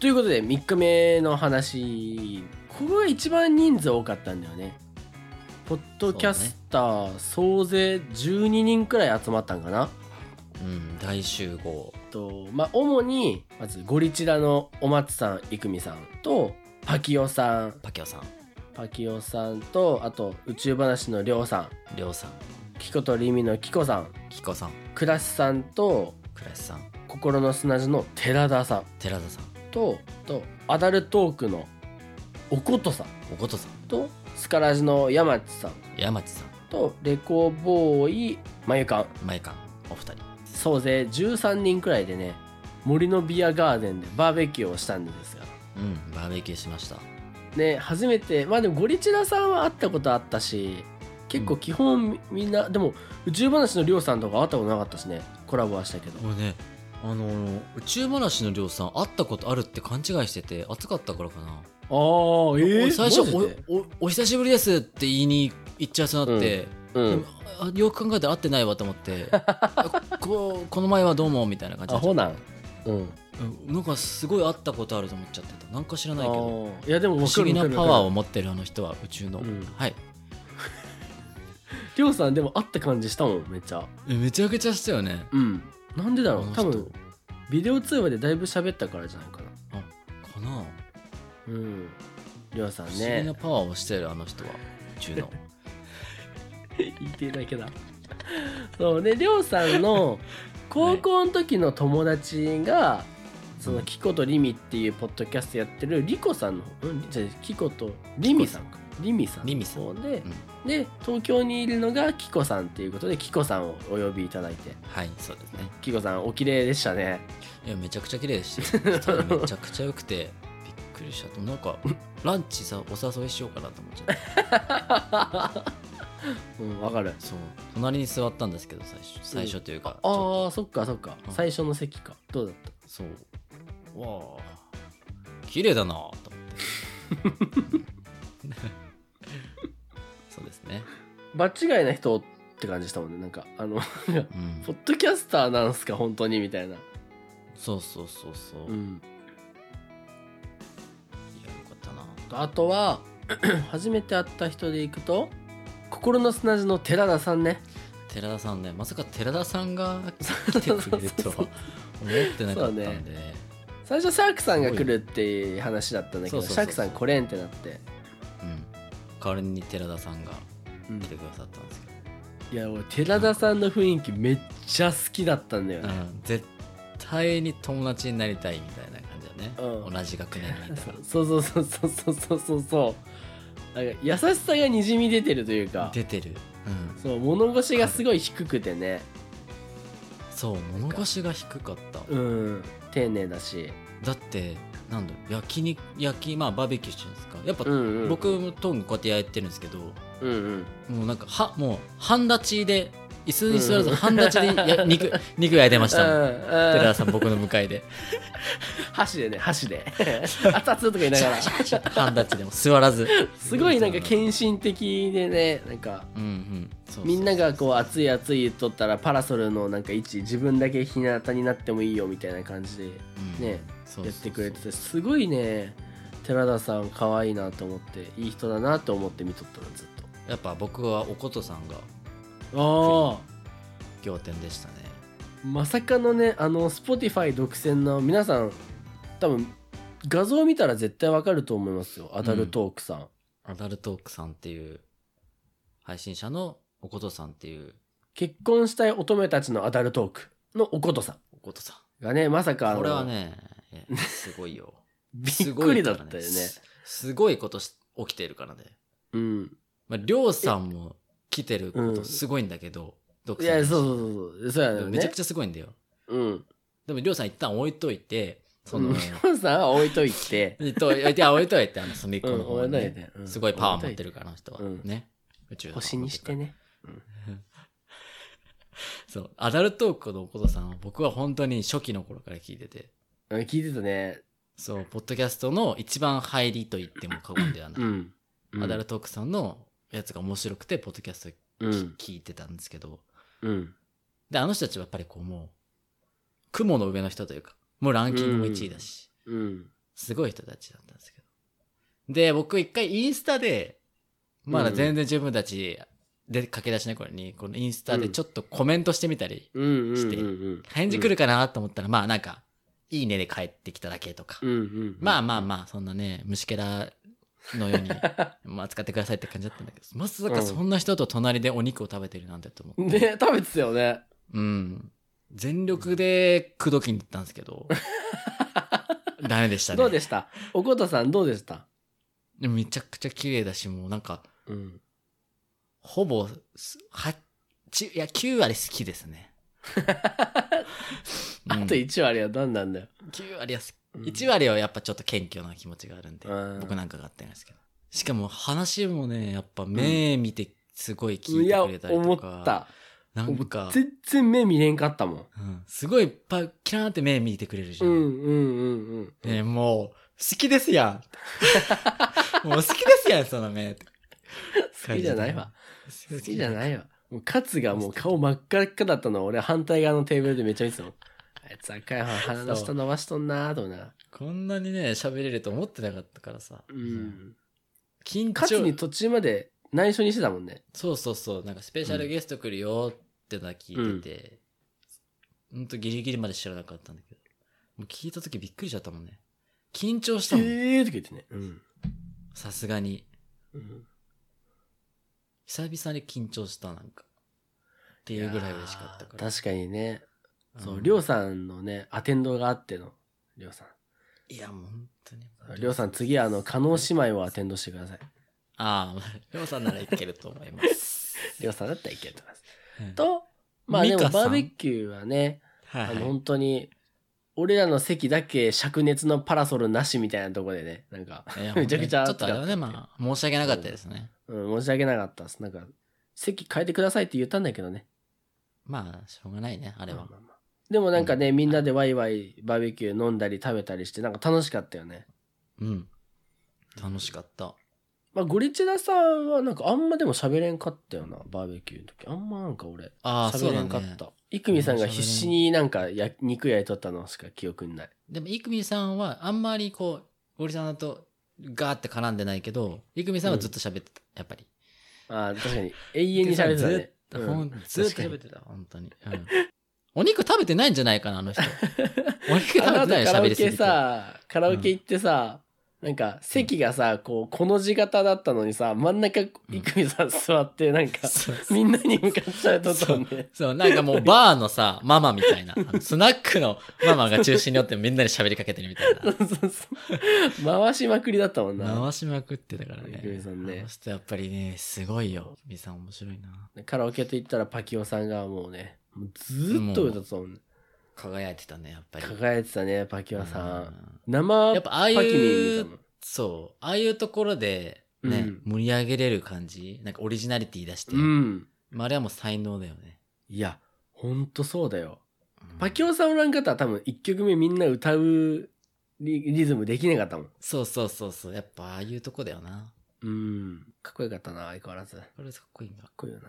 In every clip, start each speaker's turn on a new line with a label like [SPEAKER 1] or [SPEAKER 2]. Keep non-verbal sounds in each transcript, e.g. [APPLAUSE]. [SPEAKER 1] ということで3日目の話ここが一番人数多かったんだよねポッドキャスター、総勢12人くらい集まったんかな
[SPEAKER 2] うん大集合
[SPEAKER 1] とまあ主にまずゴリチラのお松さんいくみさんとパキオさん
[SPEAKER 2] パキオさん
[SPEAKER 1] パキオさんとあと宇宙話のりょうさん
[SPEAKER 2] りょうさん
[SPEAKER 1] キコとリミのキコさん
[SPEAKER 2] キコさん
[SPEAKER 1] クラスさんと
[SPEAKER 2] クラスさん
[SPEAKER 1] 心の砂地の寺田さん
[SPEAKER 2] 寺田さん
[SPEAKER 1] ととアダルトークのおことさん
[SPEAKER 2] おことさん
[SPEAKER 1] とスカラジの山地さん
[SPEAKER 2] 山地さん
[SPEAKER 1] とレコボーイまゆかん
[SPEAKER 2] マイカンお二人
[SPEAKER 1] 総勢13人くらいでね森のビアガーデンでバーベキューをしたんですが
[SPEAKER 2] うんバーベキューしました
[SPEAKER 1] ね初めてまあでもゴリチラさんは会ったことあったし結構基本みんな、でも宇宙話のりょうさんとか会ったことなかったしねコラボはしたけど
[SPEAKER 2] 俺ねあのー宇宙話のりょうさん会ったことあるって勘違いしてて暑かったからかな
[SPEAKER 1] ああえ
[SPEAKER 2] 俺
[SPEAKER 1] え
[SPEAKER 2] 最初おおお久しぶりですって言いに行っちゃいそうになって、
[SPEAKER 1] う
[SPEAKER 2] で
[SPEAKER 1] ん
[SPEAKER 2] もあよく考えたら会ってないわと思って [LAUGHS] あここの前はどうもみたいな感じ
[SPEAKER 1] ア
[SPEAKER 2] になっちゃ
[SPEAKER 1] ホな
[SPEAKER 2] っ
[SPEAKER 1] んうん
[SPEAKER 2] たうんなんかすごい会ったことあると思っちゃってたなんか知らないけど
[SPEAKER 1] あーいやでも
[SPEAKER 2] 不
[SPEAKER 1] 僕
[SPEAKER 2] 思議なパワーを持ってるあの人は宇宙の、
[SPEAKER 1] うん
[SPEAKER 2] はい
[SPEAKER 1] りょうさんでも会った感じしたもんめっちゃ
[SPEAKER 2] えめちゃくちゃしたよね
[SPEAKER 1] うんなんでだろう
[SPEAKER 2] あ
[SPEAKER 1] 多
[SPEAKER 2] の人
[SPEAKER 1] 分ビデオ通話でだいぶ喋ったからじゃないかな
[SPEAKER 2] かな
[SPEAKER 1] うんりょうさん
[SPEAKER 2] 不思議な
[SPEAKER 1] ね
[SPEAKER 2] パワーをしてるあの人は宇宙の
[SPEAKER 1] 言ってるだけだ [LAUGHS] そうでりょうさん
[SPEAKER 2] [LAUGHS]
[SPEAKER 1] の高校の時の友達が、そのキコとリミっていうポッドキャストやってるリコさんの方うんじゃあキコとリミさんかリミさん
[SPEAKER 2] リミさん
[SPEAKER 1] の方で、で東京にいるのがキコさんということでキコさんをお呼びいただいて
[SPEAKER 2] はいそうですね
[SPEAKER 1] キコさんお綺麗でしたね
[SPEAKER 2] いやめちゃくちゃ綺麗でしたよ二人めちゃくちゃ良くてびっくりしたとなんかランチさお誘いしようかなと思っちゃ
[SPEAKER 1] [LAUGHS]
[SPEAKER 2] った
[SPEAKER 1] うんわかる
[SPEAKER 2] そう隣に座ったんですけど最初最初というか、ちょ
[SPEAKER 1] ああそっかそっか
[SPEAKER 2] うん
[SPEAKER 1] 最初の席かどうだった
[SPEAKER 2] っとそうわあ綺麗だなと
[SPEAKER 1] [LAUGHS]
[SPEAKER 2] 思ってそうですね
[SPEAKER 1] 場違いな人って感じしたもんねなんかあの [LAUGHS]
[SPEAKER 2] うん
[SPEAKER 1] ポッドキャスターなんすか本当にみたいな
[SPEAKER 2] そうそうそうそう、
[SPEAKER 1] う
[SPEAKER 2] いやよ
[SPEAKER 1] ん
[SPEAKER 2] かったな
[SPEAKER 1] あとは [CLEARS THROAT] 初めて会った人でいくと心の砂地の寺田さんね
[SPEAKER 2] 寺田さんねまさか寺田さ
[SPEAKER 1] [LAUGHS]
[SPEAKER 2] んが来てくれるとは思ってなかったんで
[SPEAKER 1] そう最初シャークさんが来るっていう話だったんだけど
[SPEAKER 2] そうそうそう
[SPEAKER 1] シ
[SPEAKER 2] そう
[SPEAKER 1] ャークさん来れんってなって、
[SPEAKER 2] うん、代わりに寺田さんが来てくださったんです
[SPEAKER 1] い
[SPEAKER 2] けど、
[SPEAKER 1] や俺寺田さんの雰囲気めっちゃ好きだったんだよ
[SPEAKER 2] う
[SPEAKER 1] ね、
[SPEAKER 2] ん絶対に友達になりたいみたいな感じだね、
[SPEAKER 1] うん
[SPEAKER 2] 同じ学年にいた
[SPEAKER 1] そうそうそうそうそうそうそうそうなんか優しさがにじみ出てるという
[SPEAKER 2] ら
[SPEAKER 1] か
[SPEAKER 2] 出てる、うん、
[SPEAKER 1] そう物腰がすごい低くてね、
[SPEAKER 2] そう物腰が低かった、
[SPEAKER 1] うん、丁寧だし、
[SPEAKER 2] だってなんだろう焼き肉焼きまあバーベキューしてるんですかやっぱ、
[SPEAKER 1] うんうん、
[SPEAKER 2] 僕もトングこうやって焼いてるんですけど
[SPEAKER 1] うんうん、
[SPEAKER 2] もうなんかはもう半立ちで椅子に座らず
[SPEAKER 1] うん
[SPEAKER 2] 半立ちでや肉肉焼いてましたもん寺
[SPEAKER 1] う
[SPEAKER 2] 田
[SPEAKER 1] ん
[SPEAKER 2] さん僕の向かいで
[SPEAKER 1] 箸でね箸
[SPEAKER 2] [LAUGHS]
[SPEAKER 1] で熱々とか言いながら
[SPEAKER 2] 半立ちでも座らず
[SPEAKER 1] すごいなんか
[SPEAKER 2] ん
[SPEAKER 1] 献身的でねなんか
[SPEAKER 2] うんうんそうそう
[SPEAKER 1] みんながこう暑い暑い言っとったらパラソルのなんか位置自分だけ日向になってもいいよみたいな感じで
[SPEAKER 2] うん
[SPEAKER 1] ね
[SPEAKER 2] そう
[SPEAKER 1] や
[SPEAKER 2] そう
[SPEAKER 1] っ
[SPEAKER 2] そう
[SPEAKER 1] てくれててすごいね寺田さん可愛いなと思っていい人だなと思って見とったのずっ
[SPEAKER 2] やっぱ僕はおことさんが
[SPEAKER 1] とああ
[SPEAKER 2] 仰天でしたね
[SPEAKER 1] まさかのねあの Spotify 独占の皆さん多分画像見たら絶対わかると思いますよアダルトークさん、
[SPEAKER 2] アダルトークさんっていう配信者のおことさんっていう
[SPEAKER 1] 結婚したい乙女たちのアダルトークのおことさ
[SPEAKER 2] おことさん
[SPEAKER 1] んがねまさかあの
[SPEAKER 2] これはねいやすごいよ
[SPEAKER 1] びっくりだったよね
[SPEAKER 2] すごいからすすごいことし起きてるからね
[SPEAKER 1] うん
[SPEAKER 2] まありょうさんも来てるこ
[SPEAKER 1] う
[SPEAKER 2] と
[SPEAKER 1] ん
[SPEAKER 2] すごいんだけど、独
[SPEAKER 1] い
[SPEAKER 2] 占
[SPEAKER 1] やそうそうそうそうや
[SPEAKER 2] で
[SPEAKER 1] よ
[SPEAKER 2] も
[SPEAKER 1] ね
[SPEAKER 2] めちゃくちゃすごいんだよ
[SPEAKER 1] うん
[SPEAKER 2] でもりょうさん一旦置いといてそ
[SPEAKER 1] そ
[SPEAKER 2] の
[SPEAKER 1] のョンさんは置いといて
[SPEAKER 2] いといや置いといてあの隅っこ
[SPEAKER 1] うん
[SPEAKER 2] の方
[SPEAKER 1] [LAUGHS] 置い
[SPEAKER 2] に
[SPEAKER 1] とい
[SPEAKER 2] ね
[SPEAKER 1] て、うん
[SPEAKER 2] すごいパワー持ってるからあの人は、
[SPEAKER 1] うん
[SPEAKER 2] ね宇宙のパワー
[SPEAKER 1] 星にしてね
[SPEAKER 2] そう、アダルトークのおことさんは僕は本当に初期の頃から聞いてて、
[SPEAKER 1] うん聞いてたね
[SPEAKER 2] そう、ポッドキャストの一番入りと言っても過言ではない。
[SPEAKER 1] うんうん
[SPEAKER 2] アダルトークさんのやつが面白くて、ポッドキャスト
[SPEAKER 1] う
[SPEAKER 2] き
[SPEAKER 1] ん
[SPEAKER 2] 聞いてたんですけど、
[SPEAKER 1] うん
[SPEAKER 2] で、あの人たちはやっぱりこうもう、雲の上の人というか、もうランキングも1位だし、
[SPEAKER 1] うん
[SPEAKER 2] すごい人たちだったんですけど。で、僕一回インスタで、まだ全然自分たちで駆け出しの頃に、このインスタでちょっとコメントしてみたり、
[SPEAKER 1] うんうんうん
[SPEAKER 2] して
[SPEAKER 1] うん
[SPEAKER 2] 返事来るかなと思ったら、まあなんか、いいねで帰ってきただけとか
[SPEAKER 1] う、んうん
[SPEAKER 2] まあまあまあ、そんなね、虫けら
[SPEAKER 1] [LAUGHS]
[SPEAKER 2] のように、まあ使ってくださいって感じだったんだけど、まさかそんな人と隣でお肉を食べてるなんてと思って。
[SPEAKER 1] ね食べてたよね
[SPEAKER 2] うん。全力で口説きに行ったんです
[SPEAKER 1] [LAUGHS]
[SPEAKER 2] けど、ダメでしたね。
[SPEAKER 1] どうでしたおことさんどうでした、
[SPEAKER 2] でもめちゃくちゃ綺麗だし、もうなんか、
[SPEAKER 1] うん、
[SPEAKER 2] ほぼ、すは、ち、いや、9割好きですね。
[SPEAKER 1] [LAUGHS] あと1割は何なんだよ、
[SPEAKER 2] 9割は好き。
[SPEAKER 1] うん
[SPEAKER 2] 1割はやっぱちょっと謙虚な気持ちがあるんで、
[SPEAKER 1] うん
[SPEAKER 2] 僕なんかがあったんですけど。しかも話もね、やっぱ目見てすごい聞
[SPEAKER 1] い
[SPEAKER 2] いて
[SPEAKER 1] や
[SPEAKER 2] くれたり
[SPEAKER 1] 思
[SPEAKER 2] と
[SPEAKER 1] っ
[SPEAKER 2] か。
[SPEAKER 1] た
[SPEAKER 2] なんか、
[SPEAKER 1] 全然目見れんかったもん
[SPEAKER 2] うん、すごいいっぱいキラーンって目見てくれるじ
[SPEAKER 1] う
[SPEAKER 2] ゃん。
[SPEAKER 1] んうんうんうん、
[SPEAKER 2] ねもう、好きですや
[SPEAKER 1] [LAUGHS]
[SPEAKER 2] ん。もう好きですやん、その目。
[SPEAKER 1] 好きじゃないわ
[SPEAKER 2] 好
[SPEAKER 1] 好きじゃないわもうカツがもう顔真っ赤っかだったの俺反対側のテーブルでめっちゃ見てたもんあいつ赤い鼻の下伸ばしとんなーと思いな
[SPEAKER 2] こんなにね、喋れると思ってなかったからさ。
[SPEAKER 1] う、ん
[SPEAKER 2] 緊
[SPEAKER 1] カツに
[SPEAKER 2] 張。
[SPEAKER 1] 途中まで内緒にしてたもんね
[SPEAKER 2] そうそうそう。なんかスペシャルゲスト来るよってのは聞いてて、ほんとギリギリまで知らなかったんだけど。もう聞いた時びっくりしちゃったもんね。緊張したもん。
[SPEAKER 1] ええーとか言ってねうん、
[SPEAKER 2] さすがに。
[SPEAKER 1] うん、
[SPEAKER 2] 久々に緊張した、なんか。っていうぐらい嬉しかったから。
[SPEAKER 1] いやー確かにねそうう、
[SPEAKER 2] ん
[SPEAKER 1] りょうさんのね、アテンドがあっての、りょうさ
[SPEAKER 2] いや、もう本当に。
[SPEAKER 1] ん。りょうさん、次は、あの、加納姉妹をアテンドしてください。
[SPEAKER 2] ああ、りょうさんならいけると思います。
[SPEAKER 1] りょうさんだったらいけると思います。
[SPEAKER 2] うん
[SPEAKER 1] と、まあで
[SPEAKER 2] ミ
[SPEAKER 1] も、
[SPEAKER 2] カさ
[SPEAKER 1] バ
[SPEAKER 2] ん
[SPEAKER 1] ーベキューはね、
[SPEAKER 2] はい
[SPEAKER 1] あ
[SPEAKER 2] はい
[SPEAKER 1] の、本当に、俺らの席だけ灼熱のパラソルなしみたいなとこでね、なんか、
[SPEAKER 2] いや
[SPEAKER 1] めちゃくちゃ
[SPEAKER 2] ちょっとあれはね、
[SPEAKER 1] 暑かったって
[SPEAKER 2] まあ、申し訳なかったですね。
[SPEAKER 1] うん、申し訳なかったです。なんか、席変えてくださいって言ったんだけどね。
[SPEAKER 2] まあ、しょうがないね、あれ
[SPEAKER 1] ま
[SPEAKER 2] は
[SPEAKER 1] あ。まあまあでもなんかね、みんなでワイワイバーベキュー飲んだり食べたりして、なんか楽しかったよね。
[SPEAKER 2] うん。楽しかった。
[SPEAKER 1] まあ、ゴリチラさんはなんかあんまでも喋れんかったよな、バーベキューの時。あんまなんか俺、
[SPEAKER 2] ああ、そ
[SPEAKER 1] 喋
[SPEAKER 2] う
[SPEAKER 1] れ
[SPEAKER 2] だ
[SPEAKER 1] んかっ
[SPEAKER 2] ね。
[SPEAKER 1] た。イクミさんが必死になんかや肉焼いとったのしか記憶にない。
[SPEAKER 2] でも、いくみさんは、あんまりこう、ゴリさんとガーって絡んでないけど、いくみさんはずっと喋ってた、やっぱり。
[SPEAKER 1] ああ、確かに。永遠に喋ってたね。
[SPEAKER 2] ずっと
[SPEAKER 1] う
[SPEAKER 2] ほ
[SPEAKER 1] ん
[SPEAKER 2] んずっと喋ってた、本当に。うんお肉食べてないんじゃないかな、あ
[SPEAKER 1] [LAUGHS]
[SPEAKER 2] の人。お肉食べて
[SPEAKER 1] あの後
[SPEAKER 2] ないよ、
[SPEAKER 1] カラオ
[SPEAKER 2] 喋りす
[SPEAKER 1] ケ
[SPEAKER 2] ぎて。
[SPEAKER 1] さ、カラオケ行ってさ、なんか席がさ、こう、この字型だったのにさ、真ん中、イクミさん座って、なんか、
[SPEAKER 2] [LAUGHS] そう
[SPEAKER 1] みんなに向かっちゃうとったんで。
[SPEAKER 2] そう、なんかもうバーの [LAUGHS] さ、ママみたいな。あのスナックのママが中心におってみんなに喋りかけてるみたい
[SPEAKER 1] そうそうそう。回しまくりだったもんな。
[SPEAKER 2] な。回しまくってたからね。
[SPEAKER 1] ゆうさんね
[SPEAKER 2] あの人やっぱりね、すごいよ。みさん面白いな。
[SPEAKER 1] カラオケと言ったらパキオさんがもうね、もうずーっと歌ってたもんね。
[SPEAKER 2] 輝いてたね、やっぱり。
[SPEAKER 1] 輝いてたね、パキオさ。
[SPEAKER 2] うんん。
[SPEAKER 1] 生
[SPEAKER 2] やっぱあ
[SPEAKER 1] パ
[SPEAKER 2] あ
[SPEAKER 1] キミ
[SPEAKER 2] い
[SPEAKER 1] 見た
[SPEAKER 2] う
[SPEAKER 1] も、ん。
[SPEAKER 2] そう、ああいうところで、ね、
[SPEAKER 1] うん
[SPEAKER 2] 盛り上げれる感じ、なんかオリジナリティ出して、
[SPEAKER 1] うん。
[SPEAKER 2] まあ、あれはもう才能だよね。
[SPEAKER 1] いや、ほんとそうだよ。
[SPEAKER 2] うん
[SPEAKER 1] パキオさんおらんかったら多分一曲目みんな歌うリリズムできなかったもん。
[SPEAKER 2] そうそうそうそう、やっぱああいうとこだよな。
[SPEAKER 1] うん。かっこよかったな、相変わらず。かっ
[SPEAKER 2] これかっこいいん [LAUGHS] だ。
[SPEAKER 1] こいいよな。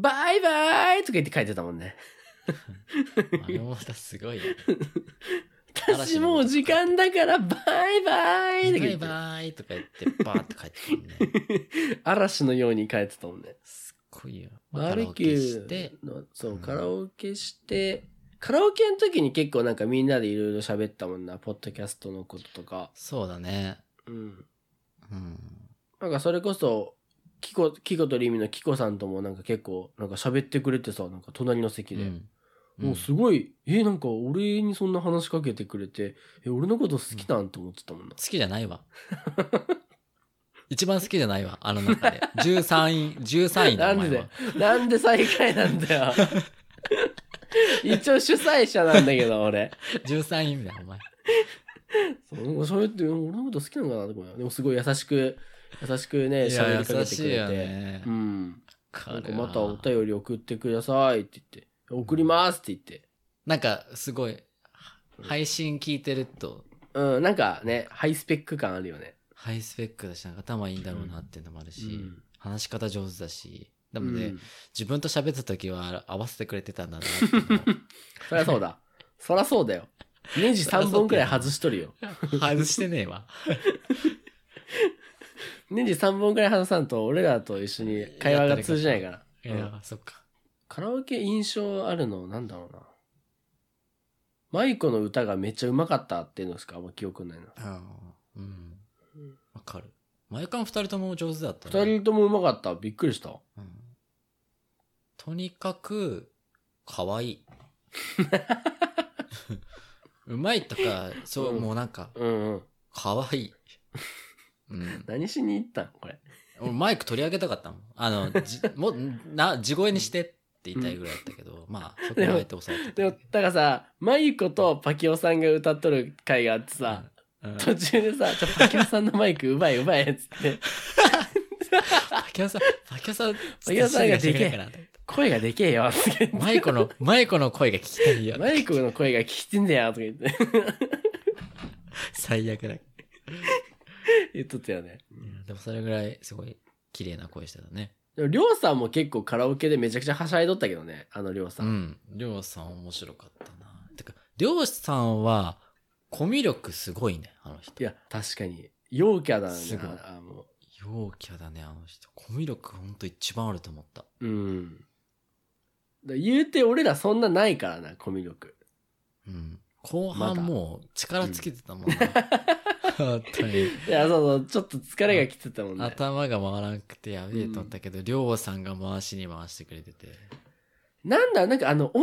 [SPEAKER 1] バイバイとか言って書いてたもんね。
[SPEAKER 2] あれもまたすごいよね。
[SPEAKER 1] 私もう時間だからバイバイとか
[SPEAKER 2] バ
[SPEAKER 1] 言
[SPEAKER 2] イ
[SPEAKER 1] って。
[SPEAKER 2] バイとか言って、バーって帰って
[SPEAKER 1] [LAUGHS]
[SPEAKER 2] くるね。
[SPEAKER 1] 嵐のように書いてたもんね。
[SPEAKER 2] すっごいよ。
[SPEAKER 1] バーベキ
[SPEAKER 2] カラオケ
[SPEAKER 1] ュ
[SPEAKER 2] して
[SPEAKER 1] ー、の、そうう、
[SPEAKER 2] ん
[SPEAKER 1] カラオケして、カラオケの時に結構なんかみんなでいろいろ喋ったもんな、ポッドキャストのこととか。
[SPEAKER 2] そうだね。
[SPEAKER 1] うん。
[SPEAKER 2] うん。
[SPEAKER 1] なんかそれこそ、キコ、キコとリミのキコさんともなんか結構、なんか喋ってくれてさ、なんか隣の席で。
[SPEAKER 2] うん
[SPEAKER 1] もうすごい、え、なんか俺にそんな話しかけてくれて、え、俺のこと好きなんて思ってたもんな。
[SPEAKER 2] 好きじゃないわ。 [LAUGHS] 一番好きじゃないわ、あの中
[SPEAKER 1] [LAUGHS]
[SPEAKER 2] で。13位、13位だ、
[SPEAKER 1] な
[SPEAKER 2] お
[SPEAKER 1] んで
[SPEAKER 2] 前
[SPEAKER 1] だよ
[SPEAKER 2] は。。
[SPEAKER 1] なんで最下位なんだ
[SPEAKER 2] [LAUGHS]
[SPEAKER 1] よ。一応主催者なんだけど、俺。
[SPEAKER 2] 13位だ、お前。
[SPEAKER 1] そう喋って、うん俺のこと好きなのかなとか思うよでもすごい優しく、優しくね、
[SPEAKER 2] いや
[SPEAKER 1] 喋りかけてくれ
[SPEAKER 2] 優しい
[SPEAKER 1] て。
[SPEAKER 2] よね
[SPEAKER 1] うん。なんか
[SPEAKER 2] 彼は
[SPEAKER 1] またお便り送ってくださいって言って、送りますって言って。
[SPEAKER 2] なんか、すごい、配信聞いてると、
[SPEAKER 1] うん、なんかね、ハイスペック感あるよね。
[SPEAKER 2] ハイスペックだし、なんか頭いいんだろうなっていうのもあるし、
[SPEAKER 1] うん
[SPEAKER 2] 話し方上手だし、で
[SPEAKER 1] う
[SPEAKER 2] もね、
[SPEAKER 1] ん。
[SPEAKER 2] 自分と喋った時は合わせてくれてたんだなっていうのを
[SPEAKER 1] そりゃそうだ。そりゃそうだよ。ネジ3本くらい外しとるよ。 [LAUGHS]
[SPEAKER 2] 外してねえわ。
[SPEAKER 1] ネジ3本くらい外さんと俺らと一緒に会話が通じないから。
[SPEAKER 2] いや、そっか。
[SPEAKER 1] カラオケ印象あるのなんだろうな。マイコの歌がめっちゃうまかったっていうのしかあんま記憶ないな。
[SPEAKER 2] あーうん。わかる。前間二人とも上手だったね
[SPEAKER 1] 二人ともうまかった。びっくりした。
[SPEAKER 2] うんとにかく、可愛
[SPEAKER 1] [LAUGHS]
[SPEAKER 2] い。うまいとか、そう、
[SPEAKER 1] うん
[SPEAKER 2] もうなんか、
[SPEAKER 1] うんうん。
[SPEAKER 2] 可愛い。うん。
[SPEAKER 1] 何しに行ったんこれ。
[SPEAKER 2] 俺マイク取り上げたかったもん。あの、
[SPEAKER 1] [LAUGHS]
[SPEAKER 2] じもな、地声にしてって言いたいぐらいだったけど、まあ、そこはあえて抑えて。
[SPEAKER 1] でも、だからさ、マイコとパキオさんが歌っとる回があってさ、
[SPEAKER 2] うん、うん
[SPEAKER 1] 途中でさ、ちょ、パキオさんのマイクうまいうまいっつって、
[SPEAKER 2] パキオさん、パキオさん、パ
[SPEAKER 1] キオさんがでけえ
[SPEAKER 2] から。
[SPEAKER 1] 声がでけえよ、つって。
[SPEAKER 2] マイコの、マイコの声が聞きたいよ。
[SPEAKER 1] マイコの声が聞きてんだよ、とか言って、
[SPEAKER 2] 最悪だ。い
[SPEAKER 1] 言っとったよね。
[SPEAKER 2] やでもそれぐらい、すごい、綺麗な声してたね。
[SPEAKER 1] でも、りょうさんも結構カラオケでめちゃくちゃはしゃいどったけどね、あのりょうさ。
[SPEAKER 2] うんん。りょうさん面白かったな。てか、りょうさんは、コミュ力すごいね、あの人。
[SPEAKER 1] いや、確かに、陽キャだ
[SPEAKER 2] すごい
[SPEAKER 1] な、あも
[SPEAKER 2] 陽キャだね、あの人。コミュ力ほんと一番あると思った。
[SPEAKER 1] う。うん。だ言うて、俺らそんなないからな、コミュ力。
[SPEAKER 2] うん。後
[SPEAKER 1] ま
[SPEAKER 2] 半
[SPEAKER 1] だ
[SPEAKER 2] もう力つけてたもんな。 [LAUGHS] 本当に。
[SPEAKER 1] いや、 [LAUGHS] そうそう、ちょっと疲れがきてたもんね。
[SPEAKER 2] 頭が回らなくてやべえと思ったけど、りょうさんが回しに回してくれてて。
[SPEAKER 1] なんだ、なんかあの、大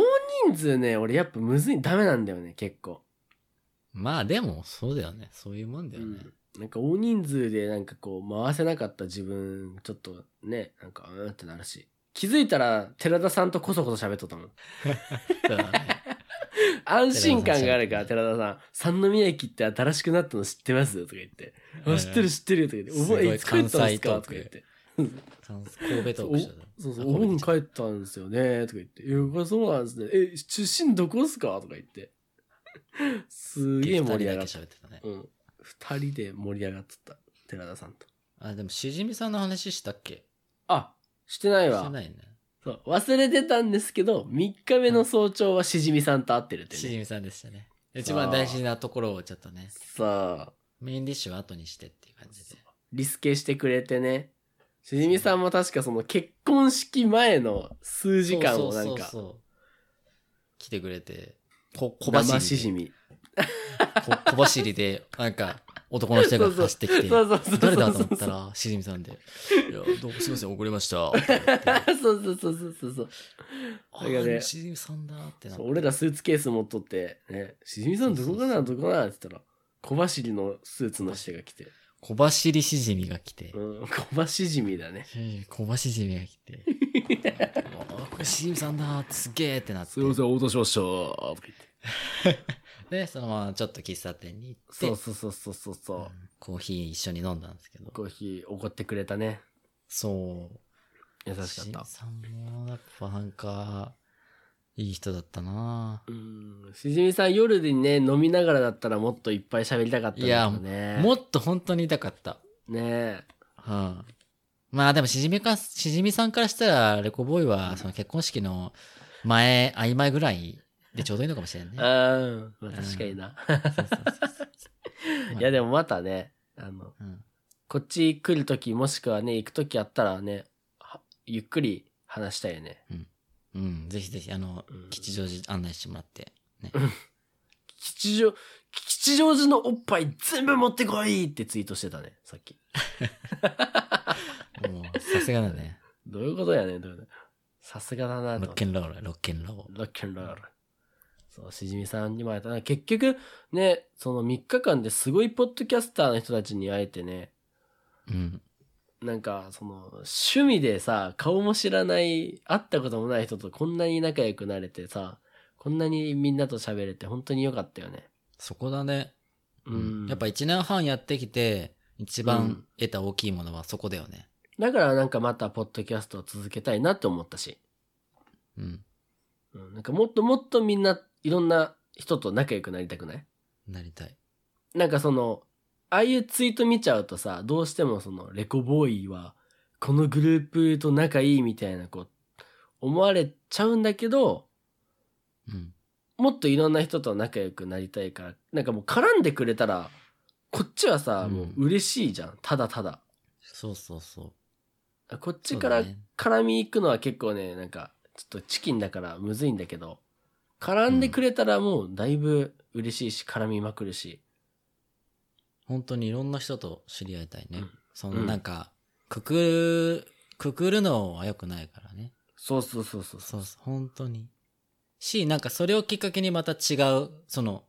[SPEAKER 1] 人数ね、俺やっぱむずい、ダメなんだよね、結構。
[SPEAKER 2] まあでも、そうだよね。そういうもんだ
[SPEAKER 1] う
[SPEAKER 2] よね。
[SPEAKER 1] ん。なんか大人数でなんかこう、回せなかった自分、ちょっとね、なんか、うーんってなるし。気づいたら、寺田さんとこそこそ喋っとったも [LAUGHS] ん。
[SPEAKER 2] そうだね。
[SPEAKER 1] 安心感があるから、寺田さん。三宮駅って新しくなったの知ってますとか言って。あ、知ってる知ってるよとか言って。覚え、いつ
[SPEAKER 2] す
[SPEAKER 1] 帰
[SPEAKER 2] ごい
[SPEAKER 1] ったんですか
[SPEAKER 2] 関西トー
[SPEAKER 1] と
[SPEAKER 2] ク
[SPEAKER 1] か言って。
[SPEAKER 2] 関神戸トークしてた。
[SPEAKER 1] そうそ
[SPEAKER 2] あ
[SPEAKER 1] う、お盆に
[SPEAKER 2] 神
[SPEAKER 1] 帰
[SPEAKER 2] 戸
[SPEAKER 1] ったんですよね、とか言って。え、これそうなんですね。え、出身どこっすかとか言って。すげえ盛り上がった。
[SPEAKER 2] 二人だけ喋ってたね。
[SPEAKER 1] うん。二人で盛り上がってた。寺田さんと。
[SPEAKER 2] あ、でも、しじみさんの話したっけ
[SPEAKER 1] あ、してない
[SPEAKER 2] して
[SPEAKER 1] わ。
[SPEAKER 2] ないね。
[SPEAKER 1] そう忘れてたんですけど、3日目の早朝はしじみさんと会ってるって
[SPEAKER 2] し
[SPEAKER 1] ね。
[SPEAKER 2] じみさんでしたね。一番大事なところをちょっとね、
[SPEAKER 1] さあ、
[SPEAKER 2] メインディッシュは後にしてっていう感じで。
[SPEAKER 1] リスケしてくれてね。しじみさんも確かその結婚式前の数時間をなん
[SPEAKER 2] そうそう
[SPEAKER 1] か、
[SPEAKER 2] そうそう来てくれて、こ小
[SPEAKER 1] 生し
[SPEAKER 2] 走
[SPEAKER 1] じ
[SPEAKER 2] りで、
[SPEAKER 1] み。
[SPEAKER 2] こ小走りで、なんか、男の人が走ってきて、
[SPEAKER 1] そうそうそう。
[SPEAKER 2] 誰だと思ったら、しじみさんで、いや、どうもすいません、遅れました。って言って
[SPEAKER 1] あ [LAUGHS] そうそうそうそうそうそう。
[SPEAKER 2] あ
[SPEAKER 1] だからね
[SPEAKER 2] ー、しじみさんだってなって。
[SPEAKER 1] 俺らスーツケース持っとって、ね、しじみさんどこかな
[SPEAKER 2] そう
[SPEAKER 1] どこかなって言ったら、小走りのスーツの人が来て、
[SPEAKER 2] 小走りしじみが来て、
[SPEAKER 1] うん、小走じみだね。
[SPEAKER 2] えー小走りが来て、あーこれしじみさんだーすげーってなって。
[SPEAKER 1] ん、応答しました。とか言って
[SPEAKER 2] で、そのままちょっと喫茶店に行って、
[SPEAKER 1] そうそうそうそうそうそうう。
[SPEAKER 2] んコーヒー一緒に飲んだんですけど、
[SPEAKER 1] コーヒーおごってくれたね。
[SPEAKER 2] そう。
[SPEAKER 1] 優
[SPEAKER 2] し
[SPEAKER 1] し
[SPEAKER 2] じ
[SPEAKER 1] か
[SPEAKER 2] み
[SPEAKER 1] っ
[SPEAKER 2] さんも、やっぱなんか、いい人だったな
[SPEAKER 1] た。うん、しじみさん夜でね、飲みながらだったらもっといっぱい喋りたかったんだけどね。
[SPEAKER 2] もっと本当に痛かった。
[SPEAKER 1] ね
[SPEAKER 2] うん。まあでもしじみか、しじみさんからしたら、レコボーイは、その結婚式の前、曖昧ぐらいでちょうどいいのかもしれんね。
[SPEAKER 1] え。うん。まあ確かにな。
[SPEAKER 2] そうそうそうそ
[SPEAKER 1] [LAUGHS]
[SPEAKER 2] う
[SPEAKER 1] いやで
[SPEAKER 2] も、
[SPEAKER 1] もまたね、あの、
[SPEAKER 2] うん
[SPEAKER 1] こっち来るときもしくはね、行くときあったらね、はゆっくり話したいよね。
[SPEAKER 2] うん、ぜひぜひ、あの
[SPEAKER 1] うん、
[SPEAKER 2] 吉祥寺案内してもらって。
[SPEAKER 1] 吉祥、吉祥寺のおっぱい全部持ってこいってツイートしてたね、さっき。
[SPEAKER 2] もう、さすがだ
[SPEAKER 1] [LAUGHS]
[SPEAKER 2] ね。
[SPEAKER 1] どういうことやねん、どういうことさすがだな
[SPEAKER 2] ロ
[SPEAKER 1] と思
[SPEAKER 2] ッ
[SPEAKER 1] って
[SPEAKER 2] ケ。ンロール、ロッケンロール。
[SPEAKER 1] ロッケンロール。そう、しじみさんにも会えたな。結局、ね、その3日間ですごいポッドキャスターの人たちに会えてね、
[SPEAKER 2] うん。
[SPEAKER 1] なんか、その、趣味でさ、顔も知らない、会ったこともない人とこんなに仲良くなれてさ、こんなにみんなと喋れて本当に良かったよね。
[SPEAKER 2] そこだね。
[SPEAKER 1] うん。
[SPEAKER 2] やっぱ一年半やってきて、一番得た大きいものはそこだよね。
[SPEAKER 1] だからなんかまた、ポッドキャストを続けたいなって思ったし、
[SPEAKER 2] うん。
[SPEAKER 1] うん、なんかもっともっとみんないろんな人と仲良くなりたくない
[SPEAKER 2] なりたい。
[SPEAKER 1] なんかその、ああいうツイート見ちゃうとさ、どうしてもその、レコボーイは、このグループと仲いいみたいな、こう、思われちゃうんだけど、
[SPEAKER 2] うん。
[SPEAKER 1] もっといろんな人と仲良くなりたいから、なんかもう絡んでくれたら、こっちはさ、
[SPEAKER 2] うん
[SPEAKER 1] もう嬉しいじゃん。ただただ。
[SPEAKER 2] そうそうそう。
[SPEAKER 1] こっちから
[SPEAKER 2] そうだね
[SPEAKER 1] 絡み行くのは結構ね、なんか、ちょっとチキンだからむずいんだけど、絡んでくれたらもうだいぶ嬉しいし、絡みまくるし。
[SPEAKER 2] 本当にいろんな人と知り合いたいね。
[SPEAKER 1] うん
[SPEAKER 2] そ
[SPEAKER 1] うん
[SPEAKER 2] のなんか、くくる、くくるのは良くないからね。
[SPEAKER 1] そうそうそうそう。
[SPEAKER 2] そうそう、本当に。し、なんかそれをきっかけにまた違う、その、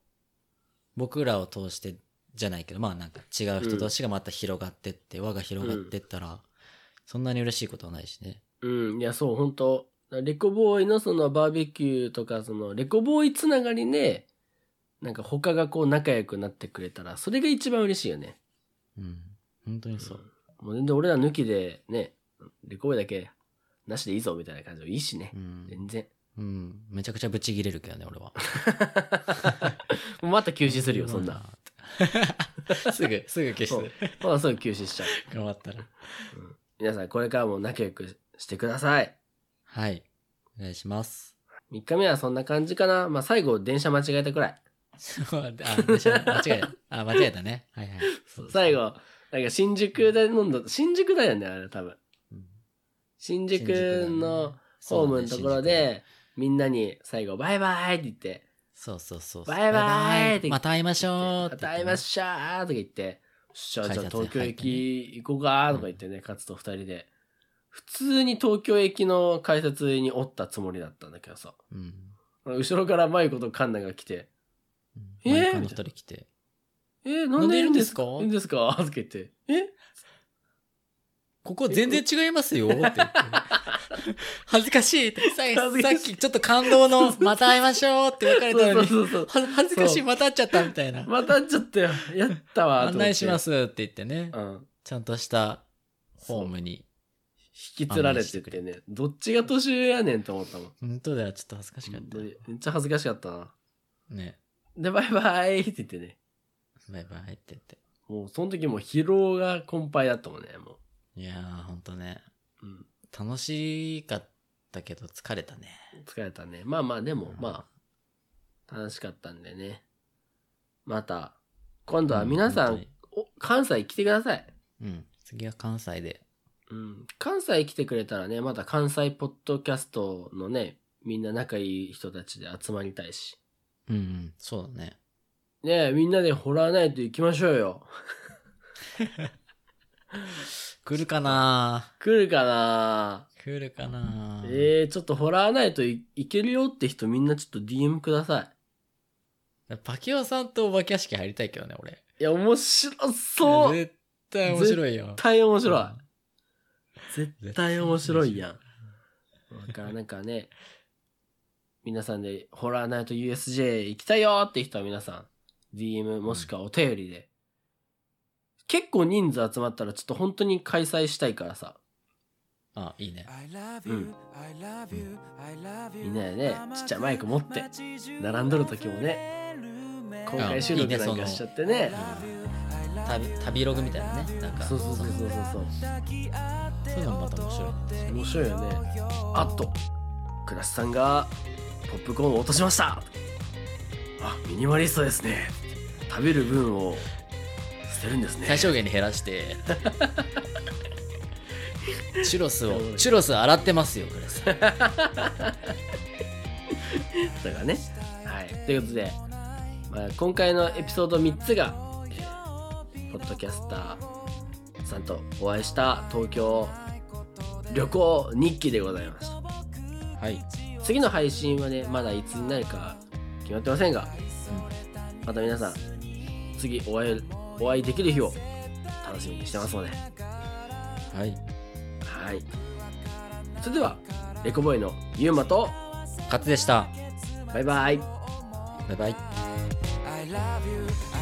[SPEAKER 2] 僕らを通してじゃないけど、まあなんか違う人同士がまた広がってって、輪が広がってったら、そんなに嬉しいことはないしね。
[SPEAKER 1] うん、いや、そう、本当レコボーイのそのバーベキューとか、そのレコボーイつながりで、なんか他がこう仲良くなってくれたら、それが一番嬉しいよね。
[SPEAKER 2] うん。本当にそう。
[SPEAKER 1] もう全然俺ら抜きでね、レコボーイだけなしでいいぞみたいな感じでいいしね
[SPEAKER 2] う。ん。
[SPEAKER 1] 全然。
[SPEAKER 2] うん。めちゃくちゃブチギレるけどね、俺は。
[SPEAKER 1] もうまた休止するよ、そんな。
[SPEAKER 2] な。 [LAUGHS] す [LAUGHS] ぐ、すぐ消
[SPEAKER 1] そう
[SPEAKER 2] して。
[SPEAKER 1] まだすぐ休止しちゃう。
[SPEAKER 2] 頑張ったら。
[SPEAKER 1] 皆さん、これからも仲良くしてください。
[SPEAKER 2] はい。お願いします。 [LAUGHS]
[SPEAKER 1] 3日目はそんな感じかな。まあ、最後、電車間違えたくらい。
[SPEAKER 2] そうあ、でしょ間違えた。あ、間違えたね。はいはい。 [LAUGHS] そう
[SPEAKER 1] 最後、なんか新宿で飲んだ、新宿だよね、あれ多分。
[SPEAKER 2] うん
[SPEAKER 1] 新
[SPEAKER 2] 新宿だね
[SPEAKER 1] 宿の
[SPEAKER 2] そ
[SPEAKER 1] ホーム
[SPEAKER 2] うだね
[SPEAKER 1] のところ
[SPEAKER 2] 新宿
[SPEAKER 1] で、みんなに最後、バイバイって言って、
[SPEAKER 2] そうそうそう。
[SPEAKER 1] バイバイって言って
[SPEAKER 2] また会いましょうって言っ
[SPEAKER 1] 与
[SPEAKER 2] て
[SPEAKER 1] え
[SPEAKER 2] ね
[SPEAKER 1] ましょーとか言って、じゃあ、
[SPEAKER 2] 改
[SPEAKER 1] じゃ
[SPEAKER 2] 札
[SPEAKER 1] あ
[SPEAKER 2] で
[SPEAKER 1] 東京駅行こうかとか言ってね、勝つと二人で。普通に東京駅の改札におったつもりだったんだけどさ、
[SPEAKER 2] うん。
[SPEAKER 1] 後ろからマイコとカンナが来て、え
[SPEAKER 2] え
[SPEAKER 1] ー
[SPEAKER 2] ー、の二人来て。
[SPEAKER 1] えなんでいるんですかい
[SPEAKER 2] な
[SPEAKER 1] る
[SPEAKER 2] ん
[SPEAKER 1] んですかとか言って、え
[SPEAKER 2] ここ全然違いますよって言
[SPEAKER 1] [LAUGHS]
[SPEAKER 2] って。恥ずかしいって。さ
[SPEAKER 1] 恥ずか
[SPEAKER 2] さ
[SPEAKER 1] しい
[SPEAKER 2] っきちょっと感動の、また会いましょうって別れたの
[SPEAKER 1] そう
[SPEAKER 2] に、
[SPEAKER 1] そうそう。
[SPEAKER 2] は恥ずかし
[SPEAKER 1] そ
[SPEAKER 2] い、
[SPEAKER 1] う
[SPEAKER 2] また会っちゃったみたいな。
[SPEAKER 1] また会っちゃったよ。やったわ。。
[SPEAKER 2] 案内しますすって言ってね
[SPEAKER 1] う。ん。
[SPEAKER 2] ちゃんとしたホームに。
[SPEAKER 1] 引きつられててね、どっちが年上やねんと思ったもん。
[SPEAKER 2] 本当だよ、ちょっと恥ずかしかっ
[SPEAKER 1] 本当にめっちゃ恥ずかしかったな。
[SPEAKER 2] た。ね。
[SPEAKER 1] で、バイバイって言ってね。
[SPEAKER 2] バイバイって言って。
[SPEAKER 1] もう、その時もう疲労が困憊だったもんね、も
[SPEAKER 2] いやー、ほんとね。
[SPEAKER 1] う。うん。
[SPEAKER 2] 楽しかったけど疲れたね。
[SPEAKER 1] 疲れたね。まあまあ、でも
[SPEAKER 2] う、ん
[SPEAKER 1] まあ、楽しかったんでね。また、今度は皆さん、
[SPEAKER 2] うん本
[SPEAKER 1] お関西来てください。
[SPEAKER 2] 当にうん。次は関西で。
[SPEAKER 1] うん。関西来てくれたらね、また関西ポッドキャストのね、みんな仲いい人たちで集まりたいし。
[SPEAKER 2] うん、うん。そうだね。
[SPEAKER 1] ねえ、みんなでホラーナイト行きましょうよ。
[SPEAKER 2] 来るかな
[SPEAKER 1] 来るかな
[SPEAKER 2] 来るかな
[SPEAKER 1] えー、ちょっとホラーナイトいいけるよって人みんなちょっと DM くださ
[SPEAKER 2] パキオさんとお化け屋敷入りたいけどね、俺。
[SPEAKER 1] い。いや、面白そう絶
[SPEAKER 2] 絶対面白いよ。
[SPEAKER 1] 対面白い。
[SPEAKER 2] い。
[SPEAKER 1] 絶対面白いやん。だからなんかね、皆さんでホラーナイト USJ 行きたいよって人は皆さん、DM もしくはお便りで。結構人数集まったらちょっと本当に開催したいからさ。
[SPEAKER 2] あ、いいね。
[SPEAKER 1] うん。
[SPEAKER 3] みんなでね、ちっちゃいマイク持って、
[SPEAKER 1] 並
[SPEAKER 3] 並
[SPEAKER 1] ん
[SPEAKER 3] ん
[SPEAKER 1] どる
[SPEAKER 3] どる
[SPEAKER 1] 時
[SPEAKER 3] 時
[SPEAKER 1] も
[SPEAKER 3] も
[SPEAKER 1] ね
[SPEAKER 3] ね、
[SPEAKER 1] 公
[SPEAKER 3] 今
[SPEAKER 1] 開
[SPEAKER 3] 回
[SPEAKER 1] 収
[SPEAKER 3] 収
[SPEAKER 1] 録
[SPEAKER 3] 録
[SPEAKER 1] なん
[SPEAKER 3] なん
[SPEAKER 1] か
[SPEAKER 3] か
[SPEAKER 1] し
[SPEAKER 3] し
[SPEAKER 1] ち
[SPEAKER 3] ち
[SPEAKER 1] ゃ
[SPEAKER 3] ゃ
[SPEAKER 1] っ
[SPEAKER 3] ってて
[SPEAKER 1] ね
[SPEAKER 3] ね。
[SPEAKER 2] 旅、旅ログみたいなね。なんか、
[SPEAKER 1] そうそうそうそうそうそう。
[SPEAKER 2] そういうのもまた面白いね。
[SPEAKER 1] 面白いよねあっと倉石さんがポップコーンを落としましたあミニマリストですね食べる分を捨てるんですね
[SPEAKER 2] 最小限に減らして。チュロスを、チュロス洗ってますよ、これさん。
[SPEAKER 1] だからねはいということで、まあ、今回のエピソード3つが、えーポッドキャスターさんとお会いした東京旅行日記でございました
[SPEAKER 2] はい。
[SPEAKER 1] 次の配信はねまだいつになるか決まってませんが、また皆さん次お会いお会いできる日を楽しみにしてますので
[SPEAKER 2] はい。
[SPEAKER 1] はいそれではレコボーイのユーマと
[SPEAKER 2] 勝手でした。
[SPEAKER 1] バイバイ
[SPEAKER 2] バイバイ。
[SPEAKER 3] I love you, I